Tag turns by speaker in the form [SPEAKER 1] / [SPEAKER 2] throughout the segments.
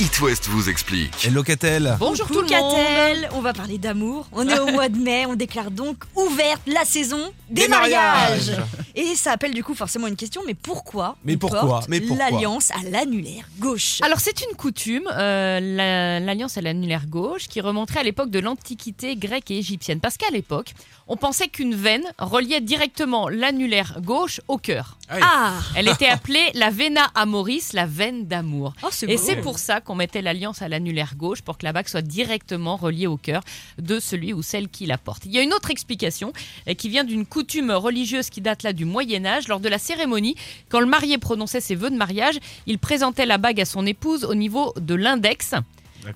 [SPEAKER 1] It West vous explique.
[SPEAKER 2] Et Locatel
[SPEAKER 3] Bonjour
[SPEAKER 4] Coucou
[SPEAKER 3] tout le monde
[SPEAKER 4] Catel, on va parler d'amour. On est au mois de mai, on déclare donc ouverte la saison des,
[SPEAKER 2] Des mariages.
[SPEAKER 4] mariages. Et ça appelle du coup forcément une question, mais pourquoi
[SPEAKER 2] Mais
[SPEAKER 4] on
[SPEAKER 2] pourquoi
[SPEAKER 4] porte
[SPEAKER 2] Mais pourquoi
[SPEAKER 4] l'alliance à l'annulaire gauche
[SPEAKER 3] alors c'est une coutume, euh, la- l'alliance à l'annulaire gauche, qui remonterait à l'époque de l'antiquité grecque et égyptienne. Parce qu'à l'époque, on pensait qu'une veine reliait directement l'annulaire gauche au cœur.
[SPEAKER 4] Ah,
[SPEAKER 3] Elle était appelée la vena amoris, la veine d'amour.
[SPEAKER 4] oh, c'est
[SPEAKER 3] Et
[SPEAKER 4] beau.
[SPEAKER 3] c'est pour ça qu'on mettait l'alliance à l'annulaire gauche pour que la bague soit directement reliée au cœur de celui ou celle qui la porte. Il y a une autre explication euh, qui vient d'une coutume religieuse qui date là du Moyen Âge. Lors de la cérémonie, quand le marié prononçait ses vœux de mariage, il présentait la bague à son épouse au niveau de l'index
[SPEAKER 2] Ah.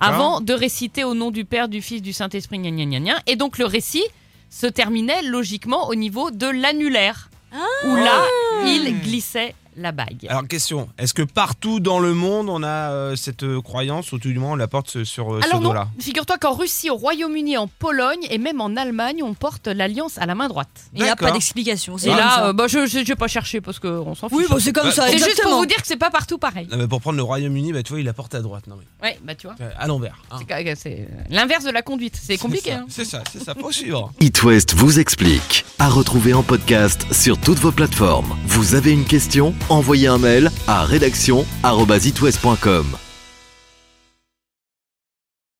[SPEAKER 3] avant de réciter au nom du Père, du Fils, du Saint-Esprit, gna gna gna gna. Et donc le récit se terminait logiquement au niveau de l'annulaire,
[SPEAKER 4] Ah.
[SPEAKER 3] où là, il glissait la bague.
[SPEAKER 2] Alors question, est-ce que partout dans le monde on a euh, cette euh, croyance ou tout du moins on la porte ce- sur euh,
[SPEAKER 3] Alors
[SPEAKER 2] ce
[SPEAKER 3] non,
[SPEAKER 2] dos-là
[SPEAKER 3] figure-toi qu'en Russie, au Royaume-Uni, en Pologne et même en Allemagne, on porte l'alliance à la main droite.
[SPEAKER 4] Il n'y a
[SPEAKER 2] D'accord.
[SPEAKER 4] pas d'explication.
[SPEAKER 3] Et
[SPEAKER 4] c'est comme Ah, ça.
[SPEAKER 3] là, euh, bah, je n'ai pas cherché parce qu'on s'en fiche.
[SPEAKER 4] oui, bon, c'est comme
[SPEAKER 2] Bah,
[SPEAKER 4] ça.
[SPEAKER 3] c'est juste pour
[SPEAKER 4] exactement.
[SPEAKER 3] vous dire que c'est pas partout pareil.
[SPEAKER 2] Non, mais pour prendre le Royaume-Uni, bah, tu vois, il la porte à droite, non, mais,
[SPEAKER 3] Ouais, bah tu vois.
[SPEAKER 2] euh, à l'envers. hein.
[SPEAKER 3] C'est ca- C'est l'inverse de la conduite. C'est compliqué.
[SPEAKER 2] ça,
[SPEAKER 3] hein.
[SPEAKER 2] C'est ça, c'est ça. Pour suivre.
[SPEAKER 1] It West vous explique. À retrouver en podcast sur toutes vos plateformes. Vous avez une question Envoyez un mail à rédaction@itwest.com.